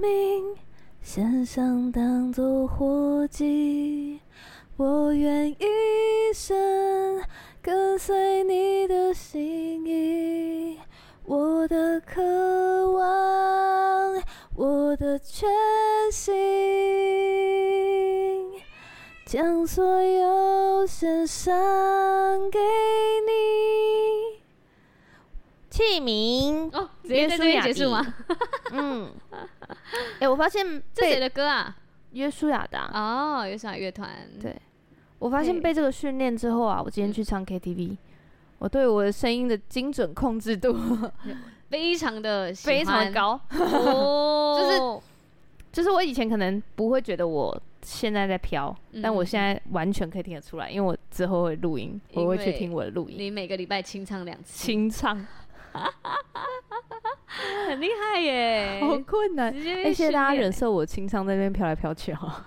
命献上当作活祭，我愿一生跟随你的心意，我的渴望，我的全心，将所有献上给你。器皿，哦，直接在这边结束 吗？ 嗯，哎、我发现这谁被的歌啊？约书亚的啊、哦，有小乐团。对我发现对嗯被这个训练之后啊，我今天去唱 KTV，我对我的声音的精准控制度非常的喜 欢非常 高，哦，就是我以前可能不会觉得我现在在飘，嗯但我现在完全可以听得出来，因为我之后会录音，我会去因为听我的录音，你每个礼拜清唱两次，清唱， 很厉害耶！好困难。直接哎、被谢谢大家训练忍受我清唱在那边飘来飘去哈、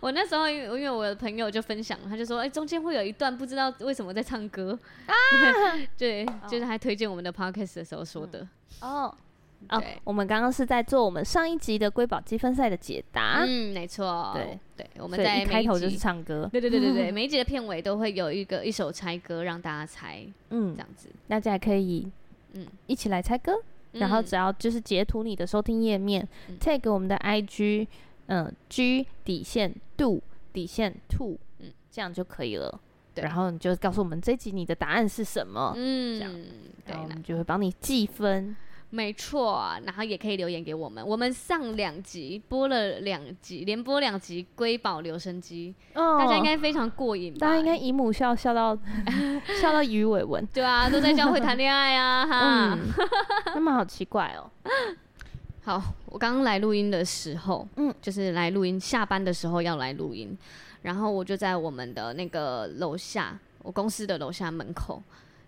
我那时候因为因为我的朋友就分享，他就说，哎、中间会有一段不知道为什么在唱歌啊， 对，就是还推荐我们的 podcast 的时候说的，哦哦对，我们刚刚是在做我们上一集的瑰宝积分赛的解答，嗯，没错，对对，我我们在一每开头就集是唱歌，对对对对 对，每一集的片尾都会有一个一首猜歌让大家猜，这嗯，样子，大家也可以嗯，一起来猜歌，然后只样，要就是截图你的收听页面嗯，tag 我们的 IG，嗯，G 底线 do 底线 to，嗯这样就可以了。对然后你就告诉我们这集你的答案是什么，这样嗯，对然后我那们就会帮你计分。没错，然后也可以留言给我们，我们上两集播了两集，连播两集《瑰宝留声机》哦大家应该非常过瘾吧，大家应该姨母笑笑 到笑到鱼尾纹，对啊，都在教会谈恋爱啊，哈。嗯，那么好奇怪哦。好，我刚刚来录音的时候，嗯嗯，就是来录音，下班的时候要来录音，然后我就在我们的那个楼下，我公司的楼下门口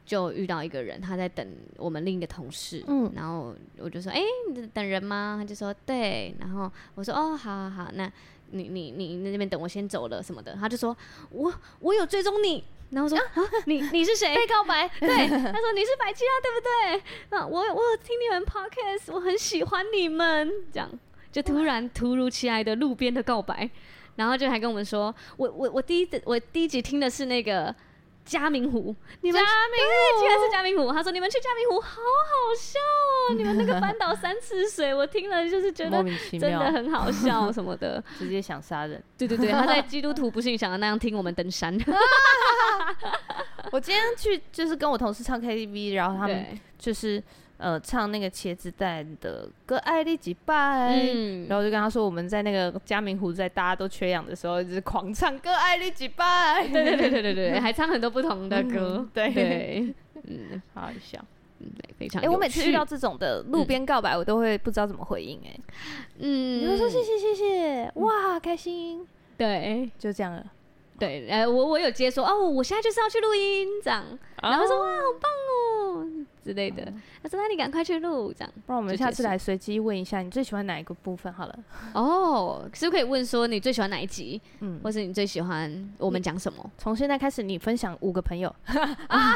就遇到一个人，他在等我们另一个同事，嗯嗯，然后我就说，哎、你在等人吗？他就说对，然后我说，哦，好好好，那你你你那边等我先走了什么的，他就说我我有追踪你。然后我 说啊，你你是谁？被告白？ 对，他说你是白鸡啊，对不对？啊，我我有听你们 podcast，我很喜欢你们，这样就突然突如其来的路边的告白，然后就还跟我们说，我我我第一我第一集听的是那个嘉明湖，你们嘉明湖竟然是嘉明湖，他说你们去嘉明湖好好笑哦，你们那个翻倒三次水，我听了就是 觉莫得名其真妙的，很好笑什 么的，直接想杀人。对对对，他在基督徒不是你想的那样听我们 登山， 我今天去就是跟我同事唱 KTV，然后他们对，就是呃唱那个茄子蛋的歌《爱丽几拜》。嗯然后我就跟他说，我们在那个嘉明湖，在大家都缺氧的时候，一直狂唱歌《爱丽几拜》， 对对对对对对，还唱很多不同的歌，对对，嗯，好好笑。嗯对，非常哎、有趣。我每次遇到这种的路边告白，我都会不知道怎么回应、哎、嗯，你会说谢谢谢谢，哇，开心，对就这样了。对，呃，我我有接说哦，我现在就是要去录音这样，然后说哇，好棒哦之类的。他说那你赶快去录这样。不然我们就下结次束来随机问一下，你最喜欢哪一个部分？好了，哦，是不是可以问说你最喜欢哪一集，嗯，或是你最喜欢我们讲什么？从现在开始，你分享五个朋友 啊，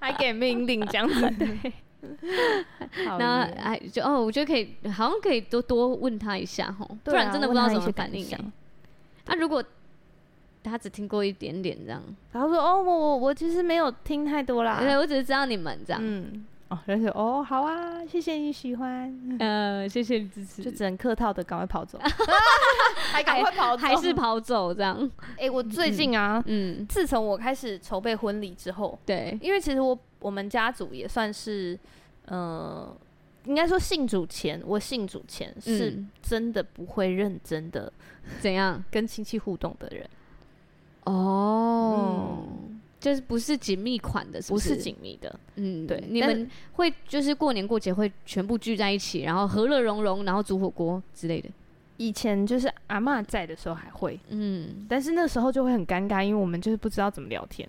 还给命令这样子， 对。那哎，就哦，我觉得可以，好像可以多多问他一下吼，啊不然真的不知道怎么反应欸。啊，如果他只听过一点点这样，然后说哦，我我我其实没有听太多啦，对我啊只是知道你们这样，嗯，哦，然后就哦，好啊，谢谢你喜欢，呃，谢谢你支持就只能客套的赶快跑 走，还跑还是跑走这样，哎、我最近啊，嗯，自从我开始筹备婚礼之后，对，因为其实我我们家族也算是，呃，应该说信主前，我信主前是嗯真的不会认真的怎样？跟亲戚互动的人，哦，就是不是紧密款的，是不是是，紧密的。嗯，对你但们会就是过年过节会全部聚在一起，然后和乐融融，然后煮火锅之类的，以前就是阿嬷在的时候还会，嗯，但是那时候就会很尴尬，因为我们就是不知道怎么聊天，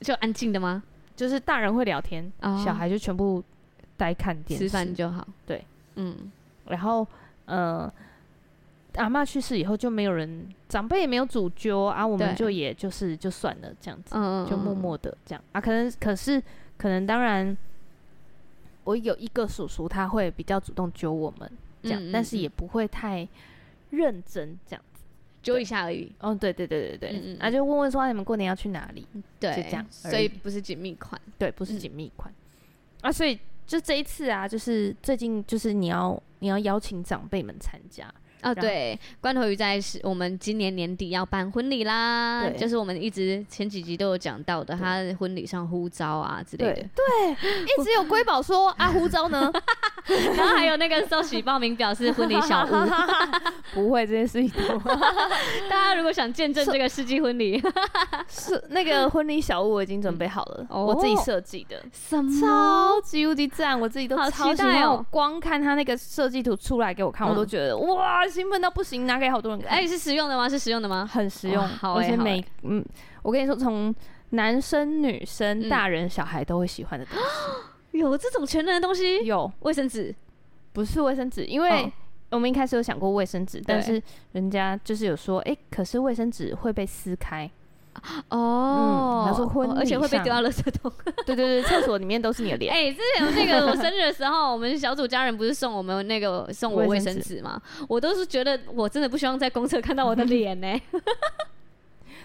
就安静的吗？就是大人会聊天，哦小孩就全部呆看电视。吃饭就好。对，嗯，然后呃，阿嬷去世以后就没有人，长辈也没有主揪啊，我们对就也就是就算了这样子，嗯嗯，就默默的这样啊。可能可是可能当然，我有一个叔叔他会比较主动揪我们这样，嗯嗯但是嗯也不会太认真这样。揪嗯一下而已。哦，对对对对对，嗯嗯啊就问问说、啊、你们过年要去哪里？对，就这样而已所以不是紧密款。对，不是嗯紧密款、啊，所以就这一次啊，就是最近就是你要你要邀请长辈们参加，哦，后对，关头鱼在是我们今年年底要办婚礼啦，对就是我们一直前几集都有讲到的，他婚礼上呼招啊之类的，对，一直有瑰宝说啊，胡椒 呢？然后还有那个收取报名表是婚礼 小屋， 不会这件事情都大家如果想见证这个世纪婚礼，是那个婚礼小屋，我已经准备好了，哦我自己设计的。什嗯超级无敌赞！我自己都好超喜期待欢，哦我光看他那个设计图出来给我看，嗯我都觉得哇，兴奋到不行，拿给好多人看，哎、是实用的吗？是实用的吗？很实用哇，好而欸且好每嗯，我跟你说，从男生、女生、嗯大人、小孩都会喜欢的东有这种全能的东西， 西，有卫生纸，不是卫生纸，因哦为我们一开始有想过卫生纸，但是人家就是有说，哎、可是卫生纸会被撕开， 哦，嗯他说婚哦而且礼会被上丢到垃圾桶。 对对对，厕所里面都是你的脸。哎、之前有那个我生日的时候，我们小组家人不是送我们那个送我卫卫生生纸 吗？我都是觉得我真的不希望在公厕看到我的脸 呢、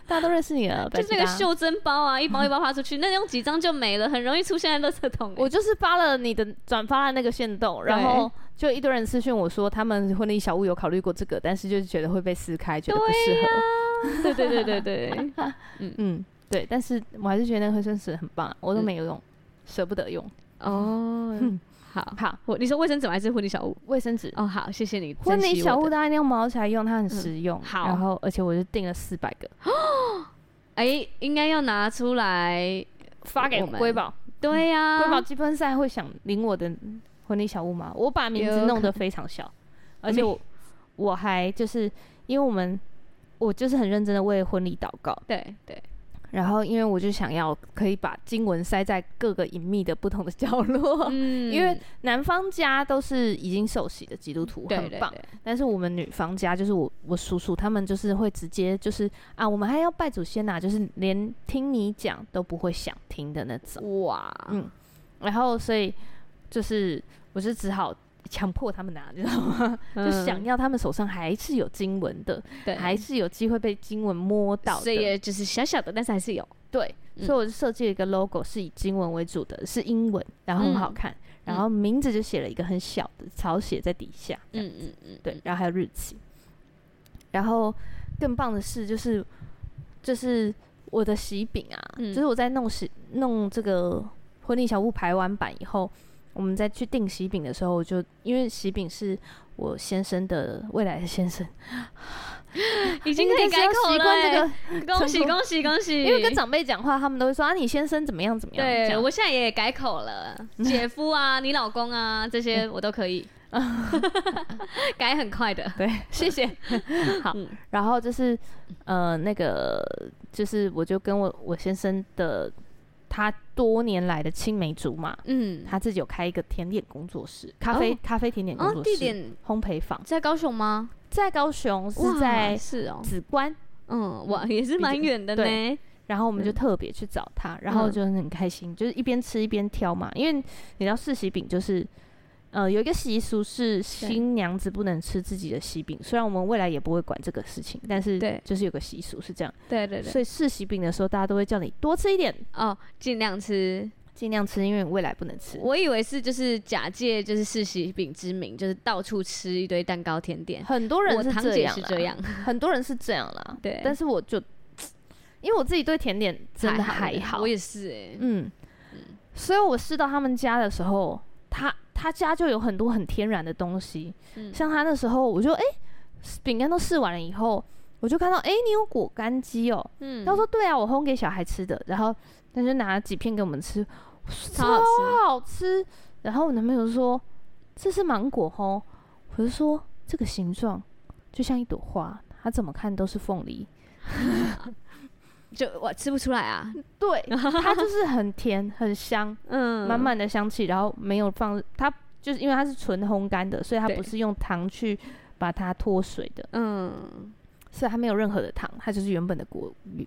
大家都认识你了，就是那百吉达。个袖珍包 啊，一包一包发出去，那用几张就没了，很容易出现在垃圾桶、我就是发了你的转发了那个线动，然后就一堆人私讯我说他们婚礼小屋有考虑过这个，但是就是觉得会被撕开，觉得不适合。哎 对对对对对，嗯，对，但是我还是觉得那个卫生纸很棒，我都没有用，舍、不得用。哦嗯，好，好，我你说卫生纸吗还是婚礼小物？卫生纸，哦，好，谢谢你珍惜我婚的。礼小物大家一定要毛起来用，它很实用。好然后而且我就订了四百个，哎、应该要拿出来。发给我们瑰宝，对呀、瑰嗯宝积分赛会想领我的婚礼小物吗？我把名字弄得非常小，嗯而且我我还就是因为我们我就是很认真的为婚礼祷告，对对，然后因为我就想要可以把经文塞在各个隐秘的不同的角落，嗯哦因为 男方家都是已经受洗的基督徒，对很对棒。对但是我们女方家就是我我叔叔他们就是会直接就是啊，我们还要拜祖先呐、啊就是连听你讲都不会想听的那种。哇，嗯然后所以就是我是只好强迫他们拿，你知道 吗？就想要他们手上还是有经文的，嗯对，还是有机会被经文摸到所以的。也嗯就是小小的，但是还是有。对，嗯所以我就设计了一个 logo 是以经文为主的，是英文，然后很嗯好看，然后名字就写了一个很小的草写在底下，嗯，嗯嗯嗯，对，然后还有日期。然后更棒的是，就是就是我的喜饼啊，嗯就是我在弄喜弄这个婚礼小物排完版以后，我们再去订喜饼的时候，我就因为喜饼是我先生的未来的先生，哎已已经可以改口习了、哎惯这个，恭喜成功恭喜恭喜！因为跟长辈讲话，他们都会说啊，你先生怎么样怎么样，这对样我现在也改口 了，姐夫啊，你老公啊，这些我都可以， 改很快的。对，谢 谢。好，嗯然后就是呃，那个就是我就跟我我先生的他多年来的青梅竹马，嗯，他自己有开一个甜点工作室，咖啡、哦咖啡甜点工哦，作地室，点烘焙坊在高雄吗？在高雄哇是在是哦，紫关，嗯，哇，也是蛮远的对呢。然后我们就嗯特别去找他，然后嗯就很开心，就是一边吃一边挑嘛，因为你知道世喜饼就是。呃，有一个习俗是新娘子不能吃自己的喜饼，虽然我们未来也不会管这个事情，但是对就是有个习俗是这样。对对对，所以试喜饼的时候，大家都会叫你多吃一点，哦，尽量吃。尽量吃，因为你未来不能吃。我以为是就是假借就是世喜饼之名，就是到处吃一堆蛋糕甜点。很多人我是堂这姐样，是 这，样，很多人是这样啦。对但是我就因为我自己对甜点真的还好，我也是哎。嗯，所以我试到他们家的时候，他他家就有很多很天然的东西，嗯像他那时候我就哎，饼干都试完了以后，我就看到哎、你有果干机哦，嗯他说对啊，我烘给小孩吃的，然后他就拿了几片给我们吃，我说超好吃超好吃。哦然后我男朋友说这是芒果烘，我就说这个形状就像一朵花，它怎么看都是凤梨。就我吃不出来啊， 对，它就是很甜很香，嗯，满满的香气，然后没有放它，就是因为它是纯烘干的，所以它对不是用糖去把它脱水的，嗯，所以它没有任何的糖，它就是原本的果粒，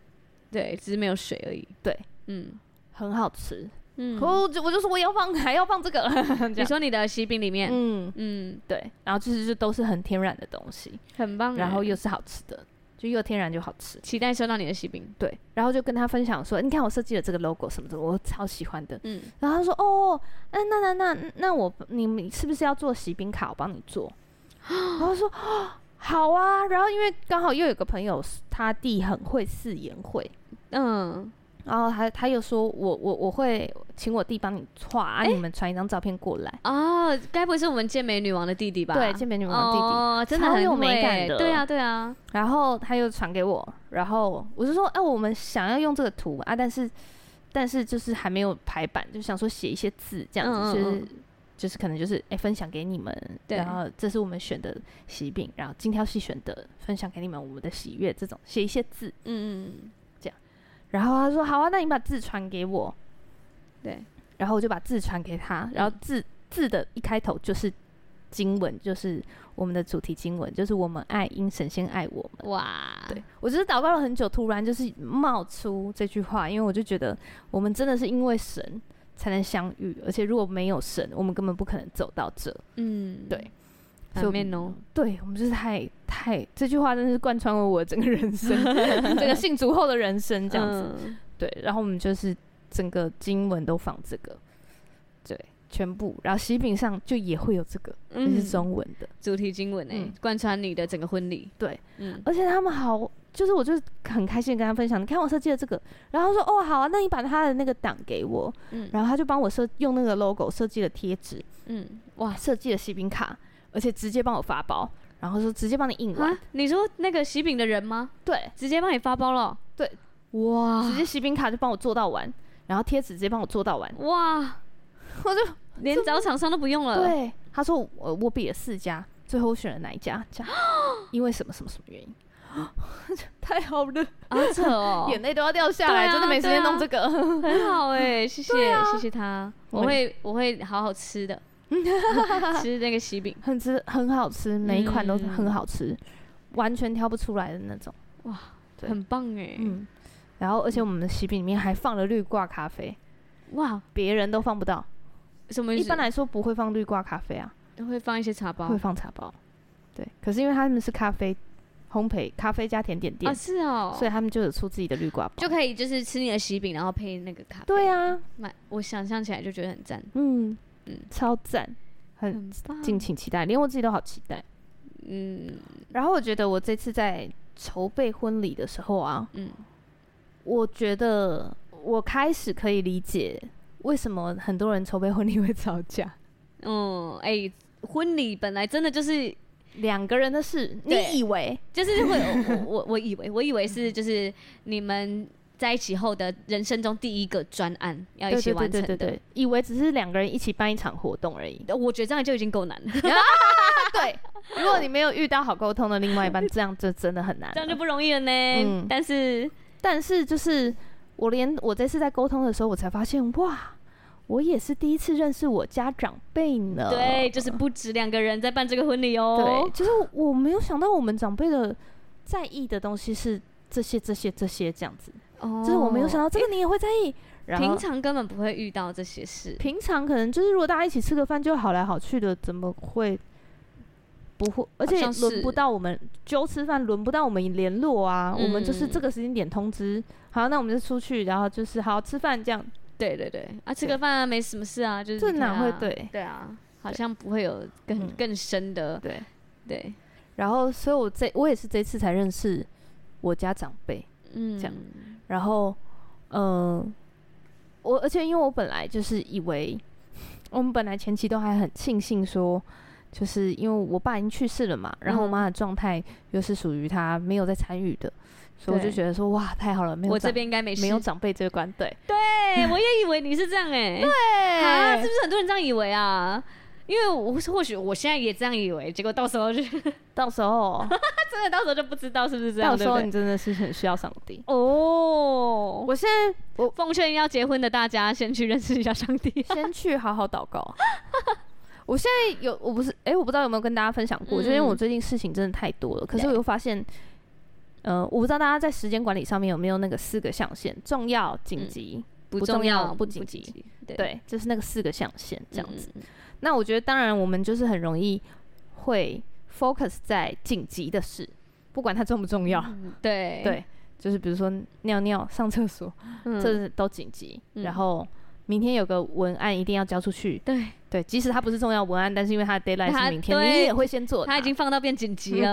对，只是没有水而已，对，嗯很好吃。嗯，我就我就说我要放，还要放这个， 这你样说你的喜饼里面，嗯，嗯，对，然后就是就都是很天然的东西，很棒耶，然后又是好吃的，就又天然又好吃。期待收到你的喜饼，对，然后就跟他分享说，你看我设计了这个 logo 什么的，我超喜欢的。嗯，然后他说，哦，那那那那那我你们是不是要做喜饼卡？我帮你 做。然后我说、哦好啊。然后因为刚好又有个朋友，他弟很会四言会，嗯，然后他他又说我我我会请我弟帮你画，啊，你们传一张照片过来。哦，该不会是我们健美女王的弟弟吧？对，健美女王的弟弟。哦，真的超很有美感会的对啊，对啊，然后他又传给我，然后我就说，哎、我们想要用这个图啊，但是但是就是还没有排版，就想说写一些字这样子，嗯嗯就是嗯就是可能就是哎、分享给你们，对然后这是我们选的喜饼，然后精挑细选的分享给你们我们的喜悦这种写一些字，嗯嗯，然后他说好啊，那你把字传给我，对，然后我就把字传给他，然后字字的一开头就是经文，就是我们的主题经文，就是我们爱因神先爱我们。哇，嗯对，我只是祷告了很久，突然就是冒出这句话，因为我就觉得我们真的是因为神才能相遇，而且如果没有神，我们根本不可能走到这。嗯，对，所以反我们面哦，对我们就是太太这句话真的是贯穿了我整个人 生，整个信主后的人生这样子。嗯对，然后我们就是整个经文都放这个，对，全部，然后喜饼上就也会有这个，这嗯是中文的。主题经文哎嗯，贯穿你的整个婚礼，对，嗯，而且他们好，就是我就很开心地跟他分享，你看我设计的这个，然后他说哦好啊，那你把他的那个档给我，嗯然后他就帮我设用那个 logo 设计了贴纸，嗯，哇，设计了喜饼卡，而且直接帮我发包，然后说直接帮你印完啊，，你说那个喜饼的人吗？对，直接帮你发包了？对，哇直接喜饼卡就帮我做到完，然后贴纸直接帮我做到完，哇，我就连找厂商都不用了，，对，呃他说呃我我比了四家，最后我选了哪一家？这 样，因为什么什么什么原因？太好了，好扯 哦，眼泪都要掉下对来，啊真的没时对间弄啊这个。很好哎，谢谢谢谢他，我啊我会我会好好 吃的，吃那个喜饼，很吃，很好吃，每一款都很嗯好吃，完全挑不出来的那种。对很棒哎，嗯，然后而且我们的喜饼里面还放了绿挂咖啡，哇，别人都放不到。什么意哦一思？般来说不会放绿挂咖啡啊，都会放一些茶包会放茶包。对，可是因为他们是咖啡烘焙，咖啡加甜点啊，店，是哦，所以他们就有出自己的绿挂包。就可以就是吃你的喜饼，然后配那个咖啡。对，啊，蛮我想象起来就觉得很赞，嗯嗯，超赞，很很棒。敬请期待，连我自己都好期待。嗯然后我觉得我这次在筹备婚礼的时候啊，嗯我觉得我开始可以理解为什么很多人筹备婚礼会吵架，嗯，哎、婚礼本来真的就是两个人的事，对你以为就是会 我我我以为我以为是就是你们在一起后的人生中第一个专案要一起对对完成对的。对对，以为只是两个人一起办一场活动而已。我觉得这样就已经 够难了，对，如果你没有遇到好沟通的另外一半，这样就真的很难这样就了。不容易了呢。嗯但是但是就是我连我这次在沟通的时候，我才发现哇。我也是第一次认识我家长辈呢。对，就是不止两个人在办这个婚礼哦对，。就是我没有想到我们长辈的在意的东西是这些、这些、这些这样子，哦就是我没有想到这个你也会在意。然后平常根本不会遇到这些事。平常可能就是如果大家一起吃个饭就好来好去的，怎么会不会？而且像是轮不到我们就吃饭，轮不到我们联络啊。我们就是嗯这个时间点通知，好，那我们就出去，然后就是好吃饭这样，对对对，啊，吃对个饭啊，没什么事啊，就是这哪会啊对对啊，好像不会有更嗯更深的对。对，然后，所以我这我也是这次才认识我家长辈。嗯，这样然后，嗯、我而且因为我本来就是以为，我们本来前期都还很庆幸说，就是因为我爸已经去世了嘛，然后我嗯妈的状态又是属于她没有在参与的，所以我就对觉得说哇太好了，没有我这长边应该没事。没有长辈这关，对对，我也以为你是这样哎、欸，对啊，是不是很多人这样以为啊？因为我或许我现在也这样以为，结果到 时候就到时候，真的到时候就不知道是不是这样， 到时候对你不真的是很需要上帝。对哦，我现在我奉劝要结婚的大家先去认识一下上帝。先去好好祷 告。我现在有，我不是，哎、我不知道有没有跟大家分享过，就因为我嗯最近事情真的太多了，可是对我又发现，呃，我不知道大家在时间管理上面有没有那个四个象限：重要、紧嗯急、不不重重要要，不紧紧急急，对嗯对，就是那个四个象限这样子。子。那我觉得，当然我们就是很容易会 focus 在紧急的事，不管它重不重要，嗯对对，就是比如说尿尿、上厕所，嗯这都紧急，嗯然后。明天有个文案一定要交出去，对，对，即使它不是重要文案，但是因为它的 deadline 它是明天，对你也会先做它。他已经放到变紧急嗯了。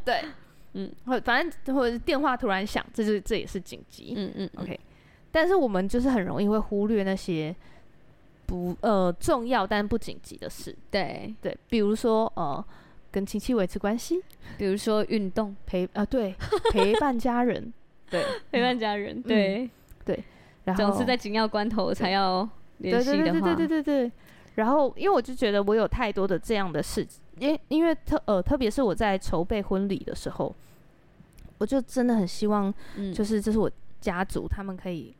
对 对，嗯，嗯或反正或者是电话突然响，这是这也是紧急。嗯嗯嗯 OK，但是我们就是很容易会忽略那些不呃重要但不紧急的事，对，对，比如说呃跟亲戚维持关系，比如说运动、陪啊、对陪伴家人，对， 陪伴家人，对，然后总是在紧要关头才要联对系对对的对话对，对对对。然后，因为我就觉得我有太多的这样的事，因因为特呃，特别是我在筹备婚礼的时候，我就真的很希望，嗯就是这是我家族他们可以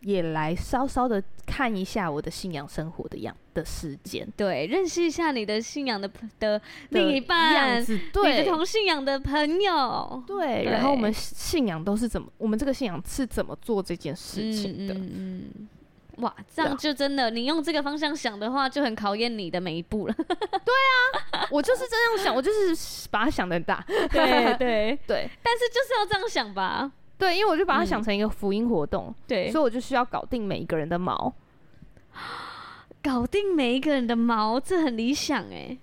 也来稍稍的看一下我的信仰生活的样的时间对，认识一下你的信仰的朋的的另一半样，子，你的对同信仰的朋友，对。对然后我们信仰都是怎么，我们这个信仰是怎么做这件事情的？嗯嗯嗯哇，这对样啊就真的，你用这个方向想的话，就很考验你的每一步了。我就是这样想，我就是把它想得很大，对对， 对 但是就是要这样想吧。对，因为我就把它嗯想成一个福音活动，对，所以我就需要搞定每一个人的毛。搞定每一个人的毛，这很理想哎、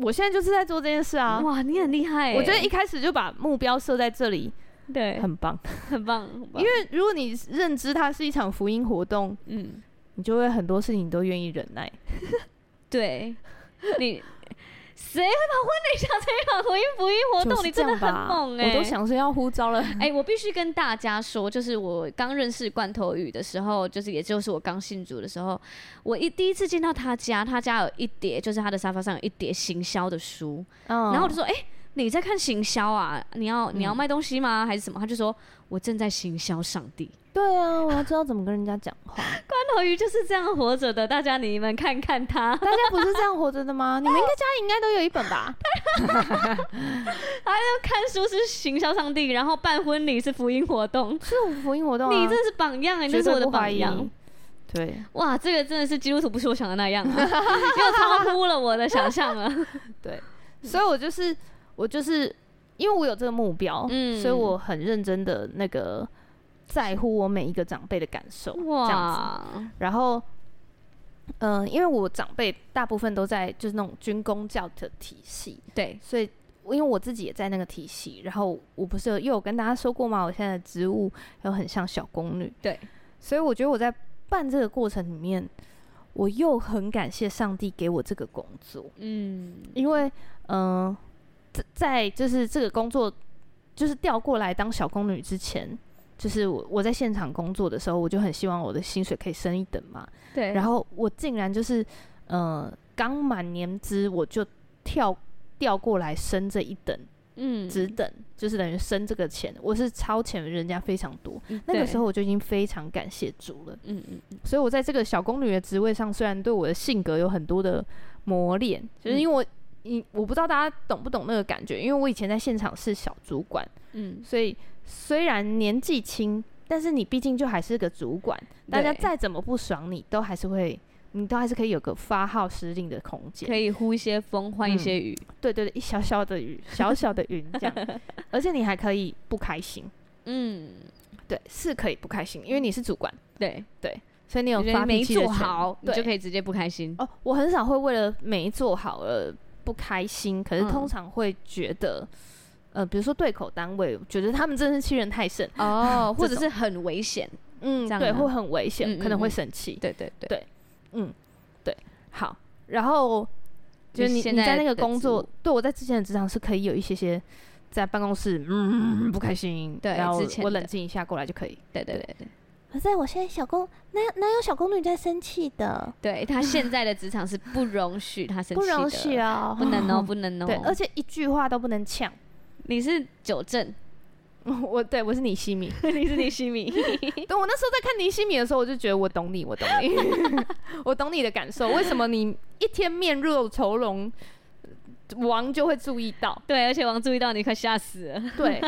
我现在就是在做这件事啊。哇，你很厉害、欸，我觉得一开始就把目标设在这里对，很很棒，很棒，很棒因为如果你认知它是一场福音活动，嗯，你就会很多事情你都愿意忍耐。 对，你谁会把婚礼想成一场回音福音活就动？是你这真的样很吧，猛哎、我都想说要呼召了。哎、我必须跟大家说，就是我刚认识罐头鱼的时候，就是也就是我刚信主的时候，我一第一次见到他家，他家有一叠，就是他的沙发上有一叠行销的书，嗯 然后我就说，哎、你在看行销啊？你要你要嗯卖东西吗？还是什么？他就说我正在行销上帝。对啊，我要知道怎么跟人家讲 话。罐头鱼就是这样活着的，大家你们看看他， 大家不是这样活着的吗？你们应该家里应该都有一本吧？看书是行销上帝，然后办婚礼是福音活动，是福音活动啊，你真是榜样哎、欸，绝这是对我的不怀榜疑样。。对，哇，这个真的是基督徒不是我想的那样、啊， 又超乎了我的想 象了。嗯所以我就是我就是因为我有这个目标，嗯所以我很认真的那个在乎我每一个长辈的感受，这样子。哇，然后，嗯、因为我长辈大部分都在就是那种军工教的体系，对，所以因为我自己也在那个体系，然后我不是有又有跟大家说过吗？我现在的职务又很像小宫女，对，所以我觉得我在办这个过程里面，我又很感谢上帝给我这个工作，嗯，因为嗯、呃在在就是这个工作就是调过来当小宫女之前，就是我我在现场工作的时候，我就很希望我的薪水可以升一等嘛。对，然后后我竟然就是呃刚满年资我就跳调过来升这一等，嗯只等就是等于升这个钱，我是超前人家非常多。那个时候，候我就已经非常感谢主了，嗯嗯嗯，所以我在这个小宫女的职位上，虽然对我的性格有很多的磨练，就是嗯因为我，你我不知道大家懂不懂那个感觉，因为我以前在现场是小主管，嗯，所以虽然年纪轻，但是你毕竟就还是个主管，大家对再怎么不爽你，都还是会，你都还是可以有个发号施令的空间可。以呼一些风，换一些雨，对对对，一小小的雨，小小的云这 样，而且你还可以不开心，嗯，对，是可以不开心，因为你是主管，对，所以你有我觉得发你脾没气的做权好，你对就可以直接不开心。哦，我很少会为了没做好而不开心，可是通嗯常会觉得，呃，比如说对口单位，觉得他们真是欺人太甚， 哦，或者这是很危险，嗯，这样对，吗会很危险，嗯可能嗯会嗯生气，对对对，好，然后就你是你现你在在那个的工职作务，对我在之前的职场是可以有一些些在办公室，嗯，不开心，对然后之前我的冷静一下过来就可以，对对对对，可是我现在小公哪哪有小宫女在生气的？对他现在的职场是不容许他生不气，容许，哦，不能哦，不能哦。啊 对，而且一句话都不能呛。 你是九正，我对我是 你西米，你是你西米，对我那时候在看尼西米的时候，我就觉得我懂你，我懂你， 我懂你的感受。为什么你一天面若愁容，王就会注意到？ 对，而且王注意到你，快吓死了。 对，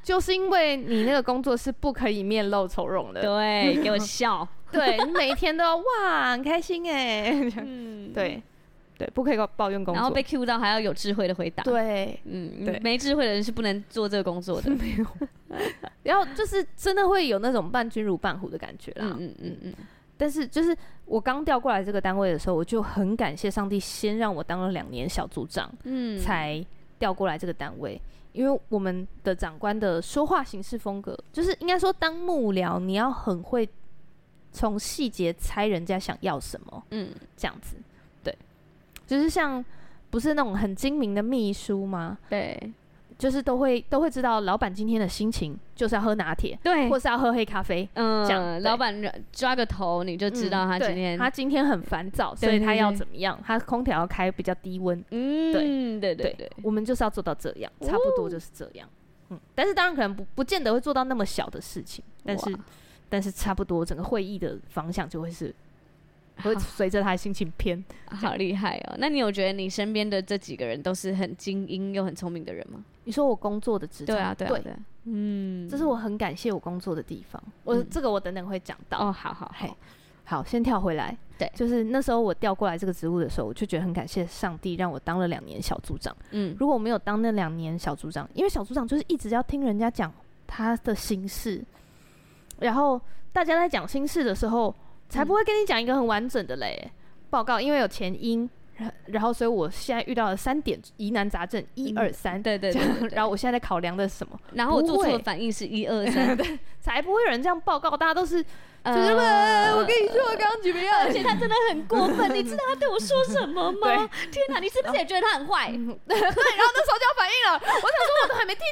就是因为你那个工作是不可以面露愁容的。对，给我笑。 对嗯你每一天都要哇，很开心哎、嗯，对，对，不可以抱怨工然作。后被 Q 到还要有智慧的回答。，对，对嗯，没智慧的人是不能做这个 工作的。嗯然后就是真的会有那种半君如半虎的感觉啦。嗯嗯嗯，但是就是我刚调过来这个单位的时候，我就很感谢上帝，先让我当了两年小组长，嗯，才调过来这个单位。因为我们的长官的说话行事风格，就是应该说当幕僚，你要很会从细节猜人家想要什么。嗯这样子，对，就是像不是那种很精明的秘书吗？对就是都会都会知道老板今天的心情，就是要喝拿铁，对或是要喝黑咖啡，这样嗯，对老板抓个头你就知道嗯他对今天他今天很烦躁，所对以对他要对怎么样？他空调要开比较低温，嗯，对对对对，我们就是要做到这样，差不多就是这样。嗯，但是当然可能不不见得会做到那么小的事情，但是哇但是差不多整个会议的方向就会 是会随着他的心情偏。好厉害哦！那你有觉得你身边的这几个人都是很精英又很聪明的人吗？你说我工作的职场，对啊，对啊，对啊，嗯，这是我很感谢我工作的地方。我、嗯这个我等等会讲到。哦，好好嘿好，好，先跳回来。对就是那时候我调过来这个职务的时候，我就觉得很感谢上帝，让我当了两年小组长。嗯如果我没有当那两年小组长，因为小组长就是一直要听人家讲他的心事，然后大家在讲心事的时候，才不会跟你讲一个很完整的嘞、报告，因为有前因，然然后所以我现在遇到了三点疑难杂症，一嗯二三。对对这对样对，对然后我现在在考量的是什么？然后我不做出的会反应是一 二三，才不会有人这样报告，大家都是呃就是 呃，我跟你说，我刚刚怎么样而？且他真的很过分，你知道他对我说什么吗对？嗯天哪，你是不是也觉得他很坏？对，然后那时候就要反应了，我想说我都还没听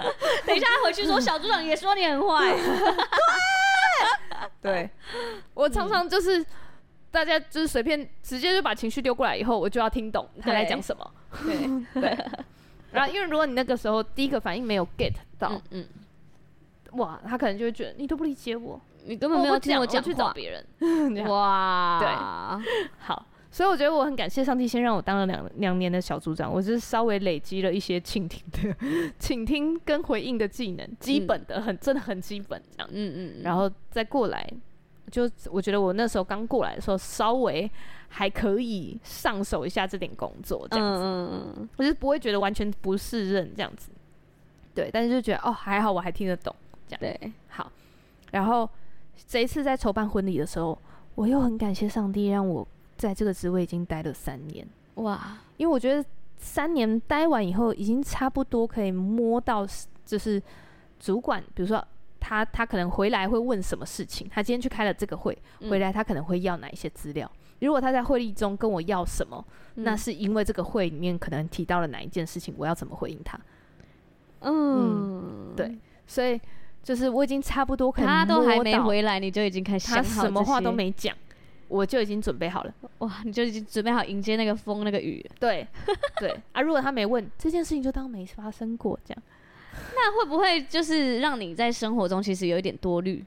懂，等一下他回去说小组长也说你很坏，对，我常常就是大家就是随便直接就把情绪丢过来以后，我就要听懂他在讲什么。对，嗯然后因为如果你那个时候第一个反应没有 get 到，嗯嗯，哇，他可能就会觉得你都不理解我，你根根本没有听哦我讲去找话，别人。哇，好，所以我觉得我很感谢上帝，先让我当了两两年的小组长，我就是稍微累积了一些倾听的、倾听跟回应的技能，基嗯本的很真的很基本这样。嗯嗯，然后再过来，就我觉得我那时候刚过来的时候，稍微还可以上手一下这点工作，这样子，嗯嗯我就是不会觉得完全不适任这样子。对，但是就觉得哦，还好我还听得懂。嗯，对，好，然后这一次在筹办婚礼的时候，我又很感谢上帝，让我在这个职位已经待了三年，哇，因为我觉得三年待完以后，已经差不多可以摸到是，就是主管，比如说他他可能回来会问什么事情，他今天去开了这个会，嗯回来他可能会要哪一些资料。如果他在会议中跟我要什么，那嗯是因为这个会里面可能提到了哪一件事情，我要怎么回应他。嗯，对，所以就是我已经差不多可以他都还摸没到回来，你就已经开始他想好什么这话都些没讲，我就已经准备好了。哇，你就已经准备好迎接那个风那个雨，对 对啊，如果他没问这件事情，就当没发生过这样。那会不会就是让你在生活中其实有一点多虑，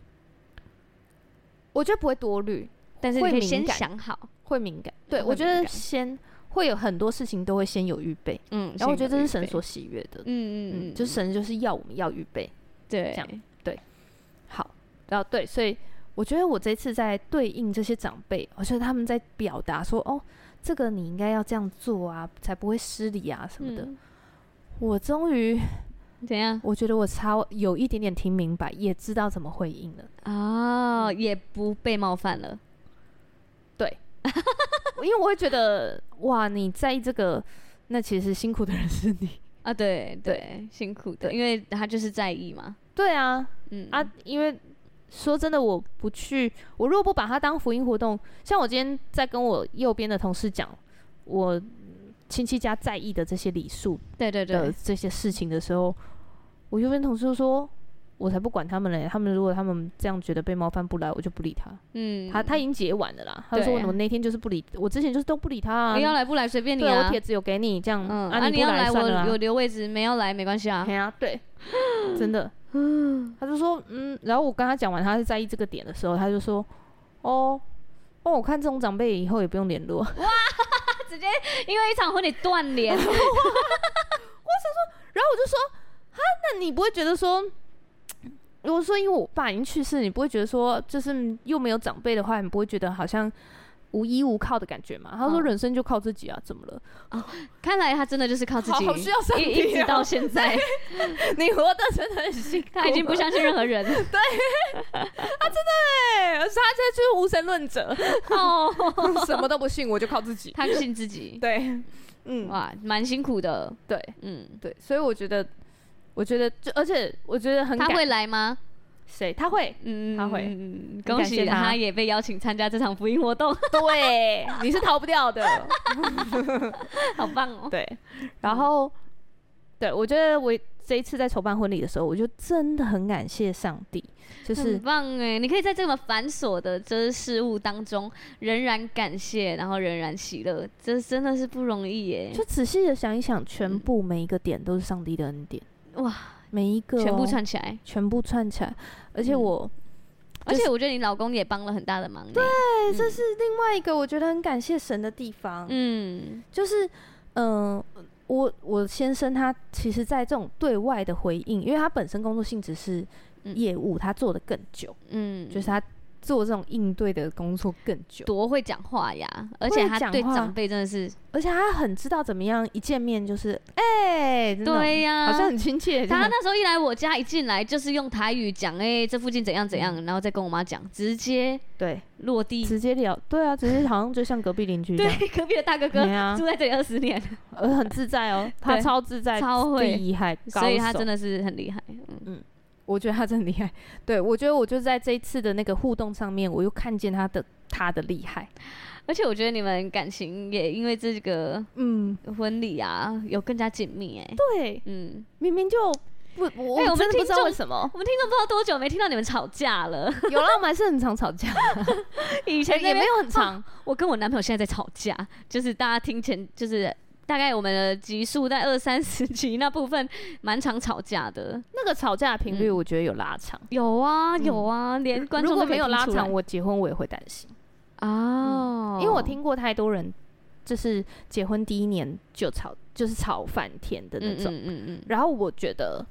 我觉得不会多虑，但是你会可以敏先感想好，会敏感。对，会我觉敏得感先会有很多事情都会先有预备，嗯，然后我觉得先这有是预神备，所喜悦的。嗯嗯嗯，嗯，就神就是要我们要预备。对，这样好，然后对，所以我觉得我这次在对应这些长辈，我觉得他们在表达说，哦，这个你应该要这样做啊，才不会失礼啊什么的。嗯我终于，怎样我觉得我超有一点点听明白，也知道怎么回应 了。啊？也不被冒犯了，因为我会觉得，哇，你在意这个，那其实辛苦的人是你。啊，对对，辛苦的，因为他就是在意嘛， 对啊，嗯啊，因为说真的，我不去，我如果不把它当福音活动，像我今天在跟我右边的同事讲，我亲戚家在意的这些礼数对对对的，这些事情的时候，我右边同事就说：“我才不管他们嘞。他们如果他们这样觉得被冒犯不来，我就不理他。嗯，他他已经结完了啦，他就对说我那天就是不理，我之前就是都不理他啊。你哎要来不来随便你对啊，我啊帖。子有给你这样，嗯，啊你不要来算了我啊有留位置，没要来没关系啊哎。呀，对，真 的，他就说，嗯，然后我跟他讲完他是在意这个点的时候，他就说，哦，哦，我看这种长辈以后也不用联络，因为一场婚礼断联， 然后我就说，啊，那你不会觉得说，我说因为我爸已经去世，你不会觉得说，就是又没有长辈的话，你不会觉得好像无依无靠的感觉吗？他说嗯人生就靠自己啊，怎么了？看来他真的就是靠自己，好需要上一帝一直哦到现在， 你活得真的很 辛苦，他已经不相信任何人 了。对，而且他现在就是无神论者， 哦，什么都不信，我就靠自己。 他信自己， 对， 嗯，哇，蛮辛苦的。对。嗯，对，所以我觉得，我觉得就而且我觉得很他感会来吗？谁他会嗯，他会嗯很恭感谢喜他他也被邀请参加这场福音活动， 对，你是逃不掉的。好棒哦！对，然后对我觉得我这一次在筹办婚礼的时候，我就真的很感谢上帝，就是很棒哎！你可以在这么繁琐的这事物当中，仍然感谢，然后仍然喜乐，这真的是不容易耶！就仔细的想一想，全部每一个点都是上帝的恩典，哇，每一个全部哦串起来，全部串起来，而且嗯我。而就是且我觉得你老公也帮了很大的忙。对，对，啊这是另外一个我觉得很感谢神的地方。嗯就是，嗯、我我先生他其实，在这种对外的回应，因为他本身工作性质是嗯业务，他做的更久，嗯，就是他做这种应对的工作更久，多会讲话呀，而且他讲对话长辈真的是而且他很知道怎么样一见面就是，哎、这种对呀、好像很啊亲切，这他样那时候一来我家，一进来就是用台语讲，哎、这附近怎样怎样，然后再跟我妈讲，直接对，落地。嗯直接聊，对啊，直接好像就像隔壁邻居一样， 对，隔壁的大哥哥对啊住在这里二十年，呃，很自在哦，他对超自在，超会厉害，高所以他手真的是很厉害。嗯我觉得他真的厉害。对我觉得我就在这一次的那个互动上面，我又看见他的他的厉害。而且我觉得你们感情也因为这个嗯，婚礼啊，有更加紧密哎、对，嗯，明明就不，我、哎我我们真的不知听道众为什么 。我们听众不知道多久没听到你们吵架 了，有啦，我们还是很常吵 架，以前哎也没有。有很 常。我跟我男朋友现在在吵架，就是大家听前就是。大概我们的集数在二三十集那部分，蛮常吵架的。那个吵架的频率，嗯我觉得有拉长。有啊，有啊，连观如众果都没有拉长，长我结婚我也会担心，哦，因为我听过太多人，就是结婚第一年就吵，就是吵翻天的那嗯种。嗯嗯嗯，然后我觉得，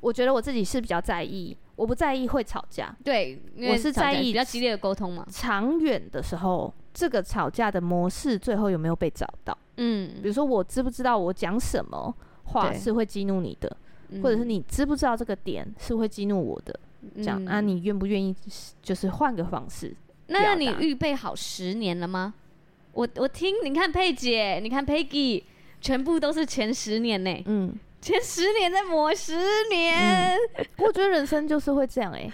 我觉得我自己是比较在意，我不在意会吵架，对，因我为是吵架在意比较激烈的沟通嘛，长远的时候，这个吵架的模式最后有没有被找到？比嗯，如说，我知不知道我讲什么话对嗯是会激怒你的，或者是你知不知道这个点是会激怒我的？这样、啊，嗯你愿不愿意就是换个方式？那你表达预备好十年了吗？我我听，你看佩姐，你看 Peggy，全部都是前十年呢，嗯，前十年在磨十年，我觉得人生就是会这样哎、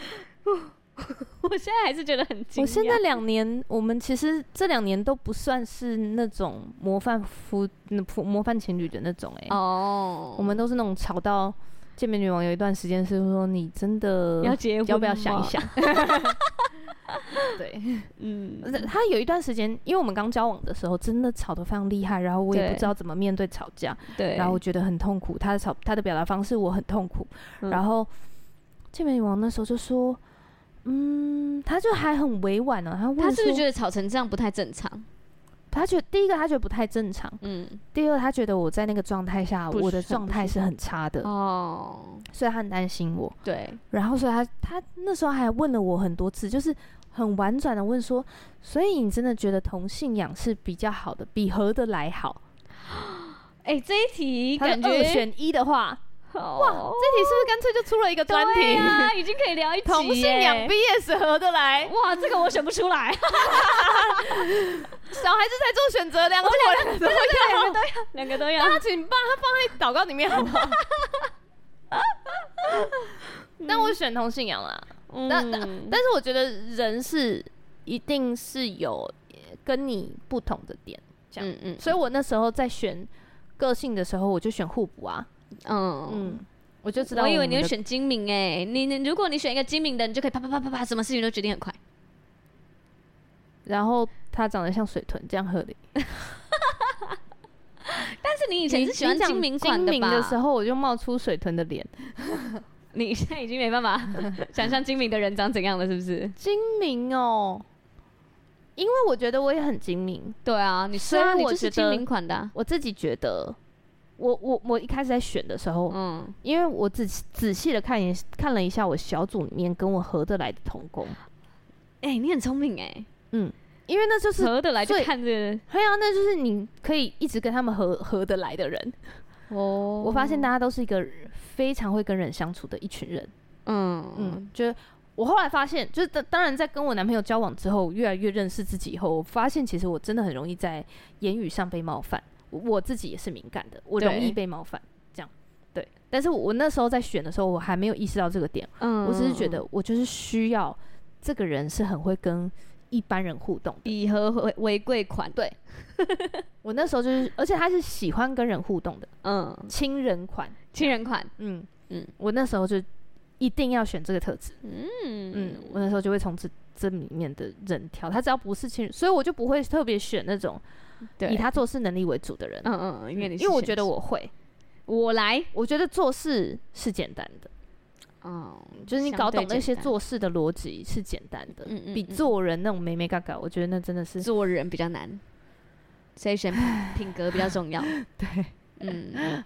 我现在还是觉得很惊我讶。现在两年，我们其实这两年都不算是那种模范夫、嗯夫模范情侣的那种哎、哦，我们都是那种吵到见面女王有一段时间是说你真的呃要结婚，要不要想一？ 想？对，嗯，呃他有一段时间，因为我们刚交往的时候，真的吵得非常厉害，然后我也对不知道怎么面对吵架，对，然后我觉得很痛苦。他的吵，他的表达方式我很痛苦。嗯然后健美女王那时候就说：“嗯，他就还很委婉啊呢、他问他是不是说觉得吵成这样不太正常？他觉得第一个他觉得不太正常，嗯，第二他觉得我在那个状态下，不我是的很状不态舒是很差的，哦，所以他很担心我。对，然后所以他他那时候还问了我很多次，就是很婉转的问说，所以你真的觉得同性养是比较好的，比合得来好？哎、这一题他感说觉二选一的话，哇，这这题是不是干脆就出了一个专对题？ 啊，已经可以聊一集 同性养耶 BS 合得来，哇，这个我选不出 来，小孩子才做选择，两个我两个都啊两要。个都要，两个都要大。家请把它放在祷告里面好不 好？但我选同性养啦，那那嗯但是我觉得人是一定是有呃跟你不同的点，这样嗯嗯所以我那时候在选个性的时候，我就选互补啊。嗯嗯，我就知道我以为们你会的选精明哎、你你如果你选一个精明的，你就可以啪啪啪啪啪，什么事情都决定很快。然后他长得像水豚这样合理。但是你以以前是喜欢精明款的吧？时候，我就冒出水豚的脸。你现在已经没 办法想象精明的人长怎样了，是不是？精明哦，因为我觉得我也很精明，对啊，你虽虽然然你我就是觉得精明款的啊、我自己觉得。我我我一开始在选的时候，嗯，因为我仔细仔细的看一看了一下我小组里面跟我合得来的同工，哎、你很聪明哎、因为那就是合得来就最看这对啊，那就是你可以一直跟他们合合得来的人。哦我发现大家都是一个非常会跟人相处的一群人。嗯嗯嗯，就是我后来发现，就是当当然在跟我男朋友交往之后，越来越认识自己以后，我发现其实我真的很容易在言语上被冒犯，我我自己也是敏感的，我容易对被冒犯，这样对。但是我我那时候在选的时候，我还没有意识到这个点，嗯我只是觉得我就是需要这个人是很会跟一般人互动的。以和为为贵款，对，我那时候就是，而且他是喜欢跟人互动的嗯，亲人款，亲人款，嗯嗯嗯，我那时候就一定要选这个特质。嗯嗯，我那时候就会从这这里面的人挑，他只要不是亲人，所以我就不会特别选那种对，以他做事能力为主的人，嗯嗯，因为你是因为我选觉得我会，我来，我觉得做事是简单的，嗯，就是你相搞对懂那简些单做事的逻辑是简单的，嗯嗯比嗯做人那种美美嘎嘎，我觉得那真的是做人比较难，所以 选品格比较重要。对，嗯，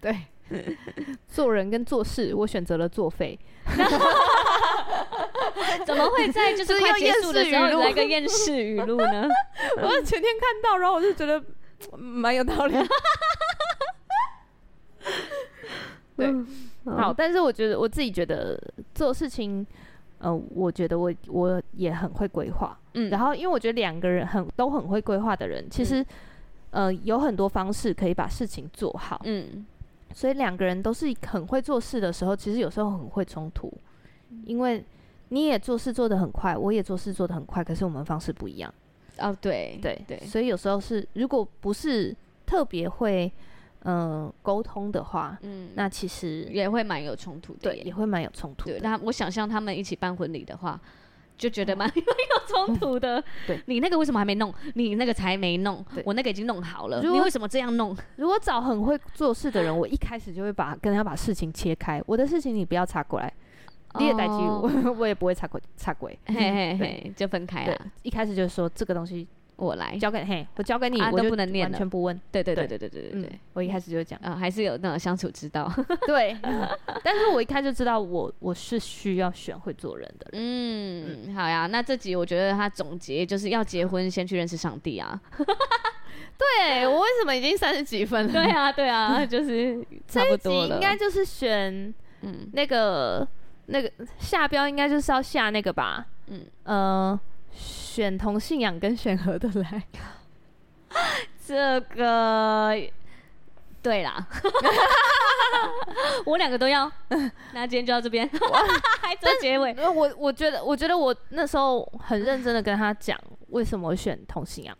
对。 做人跟做事，我选择了作 废。 怎么会在就是这快又结厌束的世时语候录来个厌世语录呢？我前天看到，然后我就 觉得嗯蛮有道理。对， 嗯好，但是我觉得我自己觉得做事情，呃，我觉得我我也很会规划。嗯然后因为我觉得两个人很都很会规划的人，其实、呃有很多方式可以把事情做好。嗯，所以两个人都是很会做事的时候，其实有时候很会冲突，嗯因为你也做事做得很快，我也做事做得很快，可是我们方式不一样。哦，对对对，所以有时候是如果不是特别会嗯沟、通的话，嗯，那其实也会蛮有冲突的，对也。会蛮有冲突对，的。那我想象他们一起办婚礼的话，就觉得蛮蛮有冲突的。 对，你那个为什么还没弄？你那个才没弄对，我那个已经弄好了，如你果为什么这样弄？如果找很会做事的人，我一开始就会把跟他把事情切开，我的事情你不要插过来，你也代替哦我， 我也不会插过插鬼。嘿嘿嘿，就分开嗯对了，，一开始就说这个东西我来。交给嘿，我交给你，啊我都就不能念完了全不问。对对对对对对对对嗯对，，我一开始就 讲啊，还是有那种相处之道。对，但是我一开始就知道我我是需要选会做人的人。嗯，好呀，那这集我觉得他总结就是要结婚先去认识上帝 啊。对我为什么已经三十几分了？对啊，对 啊，就是差这不一多集了。应该就是选嗯那个那个下标，应该就是要下那个吧？嗯嗯，呃，选同信仰跟选合得来。 这个呃对啦， 我两个都 要。那今天就到这边， 还做结尾。呃我我觉得，我觉得我那时候很认真的跟他讲为什么我选同信仰，